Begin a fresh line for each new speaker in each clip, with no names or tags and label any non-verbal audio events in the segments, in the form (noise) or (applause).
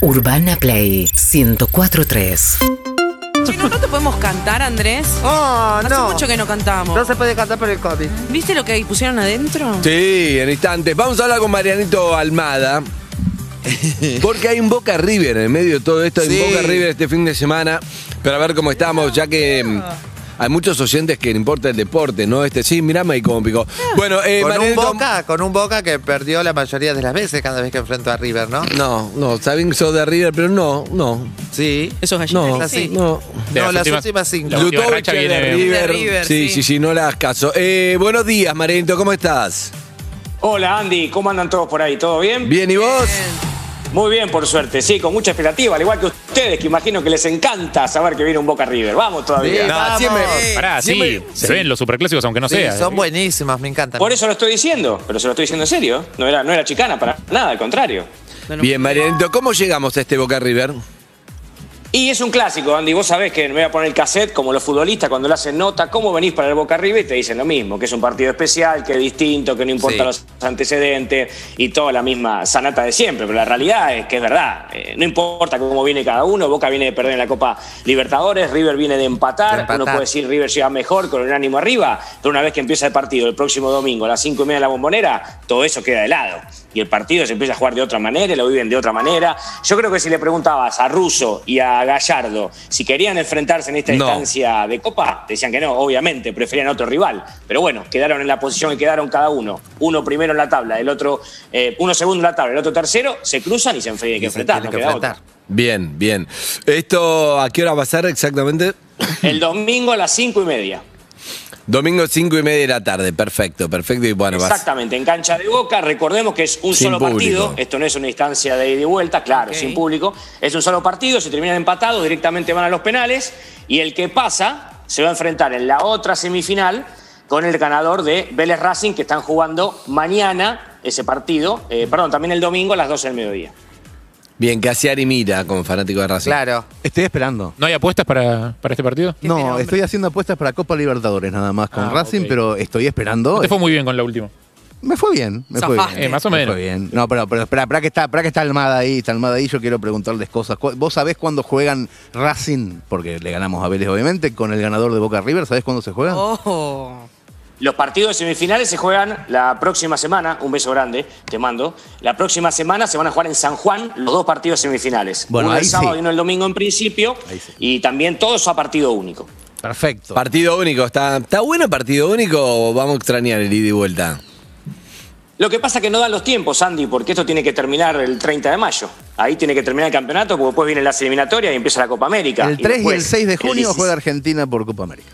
Urbana Play 1043.
Che, ¿no te podemos cantar, Andrés?
Oh,
Hace
no.
mucho que no cantamos.
No se puede cantar por el COVID.
¿Viste lo que pusieron adentro?
Sí, en instantes. Vamos a hablar con
(laughs)
Marianito Almada. Porque hay un Boca River en el medio de todo esto. Hay un
Sí.
Boca River este fin de semana. Para ver cómo estamos, ya que. mm, Hay muchos oyentes que le importa el deporte, ¿no? Este, sí, mirame ahí cómo picó. Bueno, eh,
Ah. con un
Marianito-
Boca, con un Boca que perdió la mayoría de las veces cada vez que enfrentó a River, ¿no?
No, no, saben que sos de River, pero no, no.
Sí.
Esos
No,
gallinas.
así.
no.
De
no,
las
las
últimas-
últimas cinco.
La última
Lutovic
racha
era de
viene-
De River,
sí,
sí.
sí, sí, no le hagas caso. Eh, buenos días, Marianito, ¿cómo estás?
Hola Andy, ¿cómo andan todos por ahí? ¿Todo bien?
Bien, ¿y vos?
Muy bien, por suerte, sí, con mucha expectativa, al igual que ustedes, que imagino que les encanta saber que viene un Boca River. Vamos todavía.
Sí, vamos.
Pará, sí,
Siempre-
se ven los superclásicos, aunque no
Sí,
sea.
son buenísimas, me encantan.
Por eso lo estoy diciendo, pero se lo estoy diciendo en serio. No era, no era chicana para nada, al contrario.
Bien, Marianito, ¿cómo llegamos a este Boca River?
Y es un clásico, Andy. Vos sabés que me voy a poner el cassette, como los futbolistas cuando le hacen nota, cómo venís para el Boca River y te dicen lo mismo, que es un partido especial, que es distinto, que no importa
Sí.
los antecedentes y toda la misma sanata de siempre. Pero la realidad es que es verdad. Eh, no importa cómo viene cada uno. Boca viene de perder en la Copa Libertadores, River viene de empatar.
De empatar.
Uno puede decir River llega mejor con un ánimo arriba, pero una vez que empieza el partido el próximo domingo a las 5 y media de la bombonera, todo eso queda de lado. Y el partido se empieza a jugar de otra manera, y lo viven de otra manera. Yo creo que si le preguntabas a Russo y a Gallardo si querían enfrentarse en esta
No.
instancia de Copa, decían que no, obviamente, preferían otro rival. Pero bueno, quedaron en la posición que quedaron cada uno. Uno primero en la tabla, el otro, eh, uno segundo en la tabla, el otro tercero, se cruzan y se enfrían que
Y se
enfrentar.
tienen
no
que
queda otra.
enfrentar.
Bien, bien. ¿Esto a qué hora va a ser exactamente?
El domingo a las 5 y media.
Domingo 5 y media de la tarde, perfecto, perfecto. Y bueno, vas.
Exactamente, en cancha de Boca, recordemos que es un
Sin
solo partido,
público.
esto no es una instancia de ida y vuelta, claro, sin público, es un solo partido, se terminan empatados, directamente van a los penales y el que pasa se va a enfrentar en la otra semifinal con el ganador de Vélez Racing que están jugando mañana ese partido, eh, perdón, también el domingo a las 12 del mediodía.
Bien, Casiari mira como fanático de Racing.
Claro.
Estoy esperando.
¿No hay apuestas para, para este partido?
No, estoy haciendo apuestas para Copa Libertadores nada más con
Ah,
Racing,
ok.
pero estoy esperando.
No te fue muy bien con la última.
Me fue bien, me fue
Zafaste.
bien.
Eh, más o
Me
menos.
fue bien. No, pero, pero espera, espera que está, espera que está Almada ahí, está Almada ahí, yo quiero preguntarles cosas. Cu- ¿Vos sabés cuándo juegan Racing? Porque le ganamos a Vélez, obviamente, con el ganador de Boca River, ¿sabés cuándo se juegan?
Oh.
Los partidos de semifinales se juegan la próxima semana. Un beso grande, te mando. La próxima semana se van a jugar en San Juan los dos partidos semifinales.
Bueno,
uno
ahí
el sábado
sí.
y uno el domingo en principio.
Ahí sí.
Y también todos a partido único.
Perfecto.
Partido único, ¿está, ¿está bueno partido único o vamos a extrañar el ida y vuelta?
Lo que pasa es que no dan los tiempos, Andy, porque esto tiene que terminar el 30 de mayo. Ahí tiene que terminar el campeonato, porque después viene las eliminatorias y empieza la Copa América.
el 3 y, el
después
6 de junio
16.
juega Argentina por Copa América.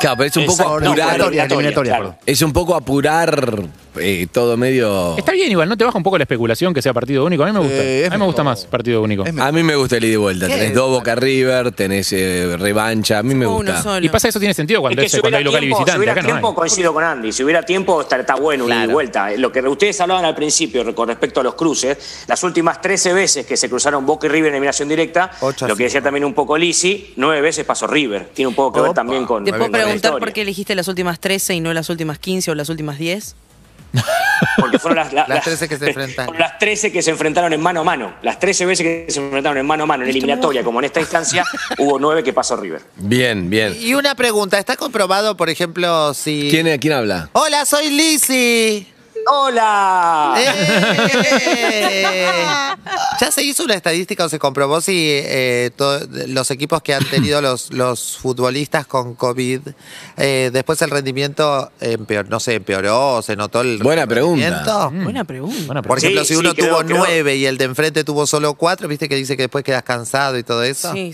Claro, pero es un poco
Exacto. No,
apurar.
eliminatoria,
eliminatoria, eliminatoria,
claro.
perdón.
es un poco apurar eh, todo medio.
Está bien igual, ¿no te baja un poco la especulación que sea partido único? A mí me gusta.
Eh, es
a mí me gusta
mejor.
más partido único.
Es mejor.
A mí me gusta el ida y vuelta.
¿Qué?
Tenés dos Boca River, tenés eh, revancha. A mí me
Uno solo.
gusta.
Y pasa eso tiene sentido
Es
cuando,
que
es-
si
cuando
hubiera
hay local y
tiempo, si
visitante.
hubiera
Acá no hay.
tiempo, coincido con Andy. Si hubiera tiempo, está, está bueno ida y vuelta. Lo que ustedes hablaban al principio con respecto a los cruces, las últimas 13 veces que se cruzaron Boca y River en eliminación directa,
Ocho a
lo que decía
cinco.
también un poco Lisi, nueve veces pasó River. Tiene un poco que ver
Opa.
también con.
¿Te puedo
con la
preguntar
historia.
por qué elegiste las últimas 13 y no las últimas 15 o las últimas 10?
(laughs) Porque fueron las, la-
Las 13
(laughs)
que se enfrentan.
fueron las 13 que se enfrentaron en mano a mano. Las 13 veces que se enfrentaron en mano a mano en eliminatoria, como en esta instancia, hubo nueve que pasó River.
Bien, bien.
Y una pregunta, ¿está comprobado, por ejemplo, si.
¿Quién, es- ¿Quién habla?
Hola, soy Lizzy.
¡Hola!
¡Eh! (laughs) ¿Ya se hizo una estadística o se comprobó si eh, to- los equipos que han tenido los, los futbolistas con COVID, eh, después el rendimiento empeoró, no se empeoró, o se notó el
Buena pregunta.
rendimiento?
Buena pregunta. Mm.
Buena
Por
pregunta.
Sí,
ejemplo, si
sí,
uno
creo-
tuvo
creo-
nueve y el de enfrente tuvo solo cuatro, viste que dice que después quedas cansado y todo eso.
Sí.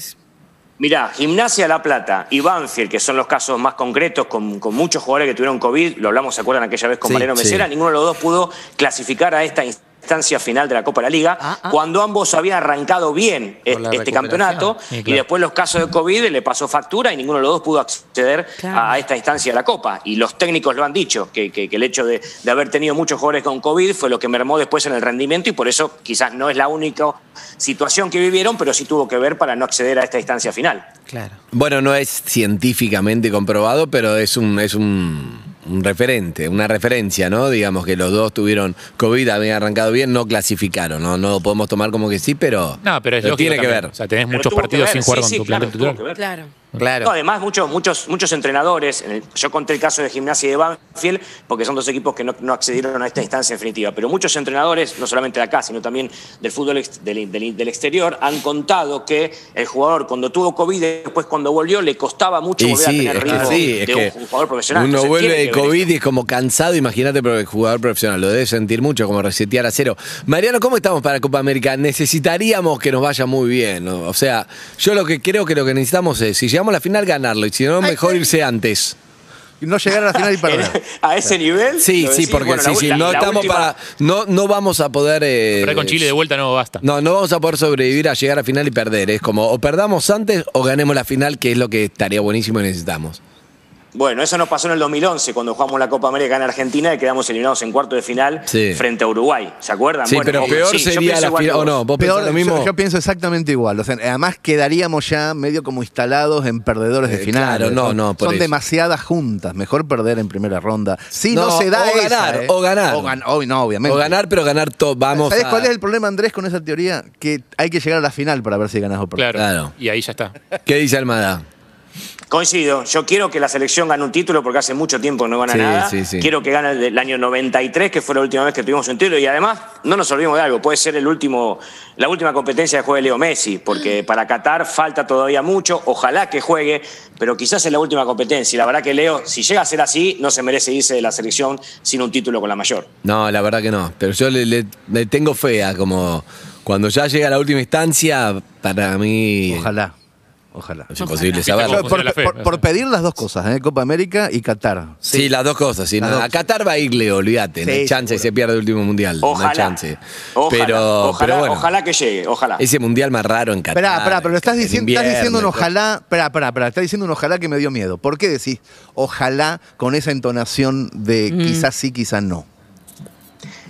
Mirá, Gimnasia La Plata y Banfield, que son los casos más concretos, con, con muchos jugadores que tuvieron COVID, lo hablamos, ¿se acuerdan aquella vez con
Sí,
Mariano
sí.
Mesera? Ninguno de los dos pudo clasificar a esta instancia final de la Copa de la Liga,
Ah, ah.
cuando ambos habían arrancado bien
Por
es-
la
este
recuperación.
campeonato,
Sí,
y
claro.
después los casos de COVID le pasó factura y ninguno de los dos pudo acceder
Claro.
a esta instancia de la Copa. Y los técnicos lo han dicho, que, que- que el hecho de, de haber tenido muchos jugadores con COVID fue lo que mermó después en el rendimiento y por eso quizás no es la única situación que vivieron, pero sí tuvo que ver para no acceder a esta instancia final.
Claro.
Bueno, no es científicamente comprobado, pero es un, es un, un referente, una referencia, ¿no? Digamos que los dos tuvieron COVID, habían arrancado bien, no clasificaron, ¿no? No podemos tomar como que sí, pero.
No, pero es lógico
Tiene que
también.
ver.
O sea, tenés
Pero
muchos
tuvo que
partidos
ver,
sin jugar
sí,
con
sí,
tu
claro,
plantel
tuvo
titular.
que ver.
Claro.
Claro.
No, además, muchos, muchos, muchos entrenadores. en el- yo conté el caso de Gimnasia y de Banfield, porque son dos equipos que no, no accedieron a esta instancia definitiva. Pero muchos entrenadores, no solamente de acá, sino también del fútbol ex- del, del- del exterior, han contado que el jugador, cuando tuvo COVID, después cuando volvió, le costaba mucho
Y
volver
sí,
a
es
tener
que
ritmo
sí,
de
es que
un, jugador profesional.
uno
Entonces,
vuelve
tiene
de
que ver (laughs)
COVID
esto.
y es como cansado, imagínate, pero el jugador profesional lo debe sentir mucho, como resetear a cero. Mariano, ¿cómo estamos para Copa América? Necesitaríamos que nos vaya muy bien, ¿no? o sea, yo lo que creo que lo que necesitamos es, si llegamos a la final, ganarlo, y si no, mejor irse antes.
No llegar a la final y perder.
a ese nivel.
Sí,
lo
sí,
decís,
porque
bueno,
sí,
la-
sí,
la-
no
la
estamos
última-
para, no, no vamos a poder... eh,
Pero con Chile de vuelta no basta.
No, no vamos a poder sobrevivir a llegar a final y perder. Es como o perdamos antes o ganemos la final, que es lo que estaría buenísimo y necesitamos.
Bueno, eso nos pasó en el 2011, cuando jugamos la Copa América en Argentina y quedamos eliminados en cuarto de final
Sí.
frente a Uruguay. ¿Se acuerdan?
Sí,
Bueno,
pero
sí,
peor
sí, yo
sería
pienso
la
igual que
final. O
vos.
no, vos
Peor,
pensás lo mismo.
Yo, yo pienso exactamente igual. O sea, además quedaríamos ya medio como instalados en perdedores de
Eh,
final.
claro, no, no, por
Son
eso.
demasiadas juntas. Mejor perder en primera ronda. Si no,
No,
se da
o
esa,
ganar,
¿eh?
o ganar.
O gan- o- no, obviamente.
O ganar, pero ganar todo. Vamos.
¿Sabes
a-
cuál es el problema, Andrés, con esa teoría? Que hay que llegar a la final para ver si ganas o perdés.
Claro.
Claro.
Y ahí ya está.
¿Qué dice Almada?
Coincido. Yo quiero que la selección gane un título porque hace mucho tiempo que no gana
Sí,
nada.
sí, sí.
Quiero que gane el del año 93, que fue la última vez que tuvimos un título. Y además, no nos olvidemos de algo. Puede ser el último, la última competencia que juegue Leo Messi,
Mm.
porque para Qatar falta todavía mucho. Ojalá que juegue, pero quizás es la última competencia. Y la verdad que Leo, si llega a ser así, no se merece irse de la selección sin un título con la mayor.
No, la verdad que no. Pero yo le, le- le tengo fea, como cuando ya llega la última instancia, para mí
Ojalá. Ojalá.
es imposible
Ojalá.
saberlo.
Yo,
funciona la
por,
fe,
por-
¿no?
por pedir las dos cosas, ¿eh? Copa América y Qatar.
Sí, las dos cosas. sí,
Las
no.
dos.
A Qatar va a ir Leo, olvídate. no
Sí,
hay chance que
seguro.
se pierde el último mundial. No hay
Ojalá.
chance.
Ojalá,
pero,
ojalá,
pero bueno.
ojalá que llegue, ojalá.
Ese mundial más raro en Qatar.
Esperá, esperá, pero estás
en
diciendo, estás
invierno,
diciendo un
todo.
ojalá, esperá, esperá, esperá, estás diciendo un ojalá que me dio miedo. ¿Por qué decís ojalá con esa entonación de quizás sí, quizás no?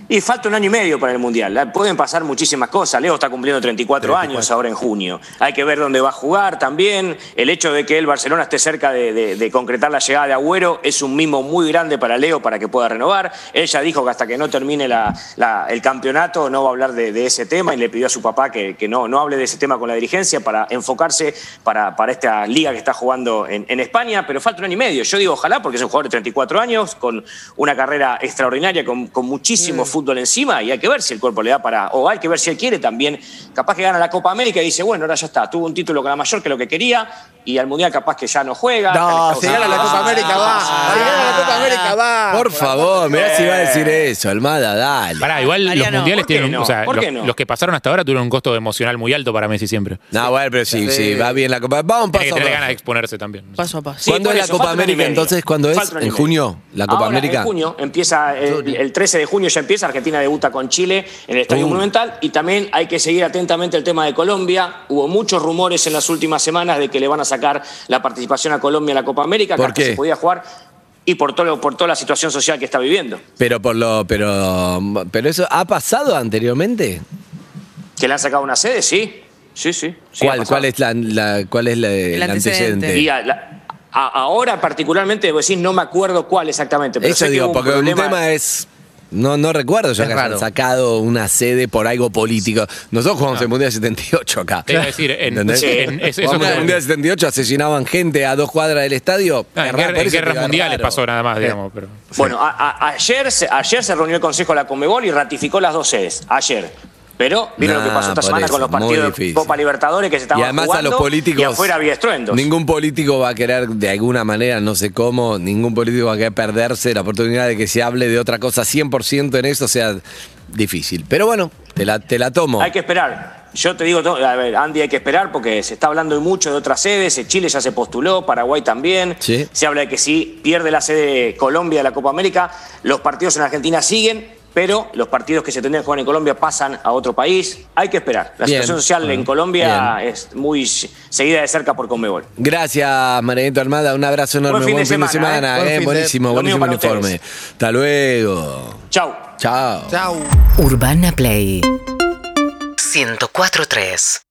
Y falta un año y medio para el Mundial. Ah, Pueden pasar muchísimas cosas. Leo está cumpliendo 34, años ahora en junio. Hay que ver dónde va a jugar también. El hecho de que el Barcelona esté cerca de, de- de concretar la llegada de Agüero es un mimo muy grande para Leo para que pueda renovar. Ella dijo que hasta que no termine la- la- el campeonato no va a hablar de, de ese tema y le pidió a su papá que, que no, no hable de ese tema con la dirigencia para enfocarse para, para esta liga que está jugando en, en España. Pero falta un año y medio. Yo digo ojalá porque es un jugador de 34 años con una carrera extraordinaria, con, con
Mm.
muchísimo fútbol encima y hay que ver si el cuerpo le da para, o hay que ver si él quiere también, capaz que gana la Copa América y dice, bueno, ahora ya está, tuvo un título con la mayor que lo que quería y al Mundial capaz que ya no juega.
No,
Está
si
en
gana
Estados
la
Unidos.
Copa América
Ah,
va. Si gana la Copa América va.
Ah, Por favor, mirá si va a decir eso, Almada, dale.
Pará, igual los
Mariano,
mundiales
¿por qué
tienen.
no?
O sea,
¿Por
los,
qué no?
los que pasaron hasta ahora tuvieron un costo emocional muy alto para Messi siempre.
No, bueno, pero sí,
Sí.
sí, va bien la Copa. Vamos un
Tiene que
paso.
tener
más.
ganas de exponerse también.
Paso a paso.
Sí,
¿Cuándo
por
es la
eso,
Copa
falta un año y
América,
medio.
entonces? ¿Cuándo es?
Falta un año
¿En
y medio.
junio, la Copa
Ahora,
América?
En junio empieza, el, el 13 de junio ya empieza, Argentina debuta con Chile en el Estadio
Uh.
Monumental y también hay que seguir atentamente el tema de Colombia. Hubo muchos rumores en las últimas semanas de que le van a sacar la participación a Colombia en la Copa América, que
¿Por
hasta
qué?
se podía jugar y por, todo, lo- por toda la situación social que está viviendo.
Pero por lo, pero, pero eso ha pasado anteriormente.
¿Que le han sacado una sede? Sí, sí, sí. sí, ha
¿Cuál,
pasado.
cuál es la, la- cuál es la- el,
antecedente.
antecedente?
Y a la- a- ahora particularmente, debo decir, no me acuerdo cuál exactamente. Pero sé
Eso
que hubo
digo,
un
porque el
problema-
tema es. No, no recuerdo yo
Es
que hayan
raro.
sacado una sede por algo político. Nosotros jugamos el Mundial 78 acá.
Ah. Te iba a decir, en-
¿Entendés?
sí, en-
es- eso
Jugamos
es
el
como-
Mundial 78 asesinaban gente a dos cuadras del estadio.
Ah, en
Errar,
guerra-
por
en
eso
guerras
te digo,
mundiales
raro.
pasó nada más, digamos. Pero.
Bueno, a- a- ayer, se, ayer se reunió el Consejo de la Conmebol y ratificó las dos sedes. Ayer. Pero vieron
Nah,
lo que pasó esta
por
semana
eso,
con los
muy
partidos de
difícil.
Copa Libertadores que se estaban
Y además
jugando
a los políticos.
y afuera había estruendos.
Ningún político va a querer, de alguna manera, no sé cómo, ningún político va a querer perderse la oportunidad de que se hable de otra cosa 100% en eso, o sea, difícil. Pero bueno, te la, te la tomo.
Hay que esperar. Yo te digo, to- a ver, Andy, hay que esperar porque se está hablando mucho de otras sedes. Eh, Chile ya se postuló, Paraguay también.
Sí.
Se habla de que si pierde la sede Colombia de la Copa América, los partidos en Argentina siguen, pero los partidos que se tendrían que jugar en Colombia pasan a otro país. Hay que esperar. La
Bien.
situación social en
Bueno,
Colombia es muy seguida de cerca por Conmebol.
Gracias, Marianito Armada. Un abrazo enorme.
Buen fin de semana,
semana,
¿eh?
Buen
eh.
fin de-
Buenísimo,
Lo
buenísimo
mismo para
uniforme. Hasta luego.
Chao.
Chao.
Chau.
Urbana Play 104.3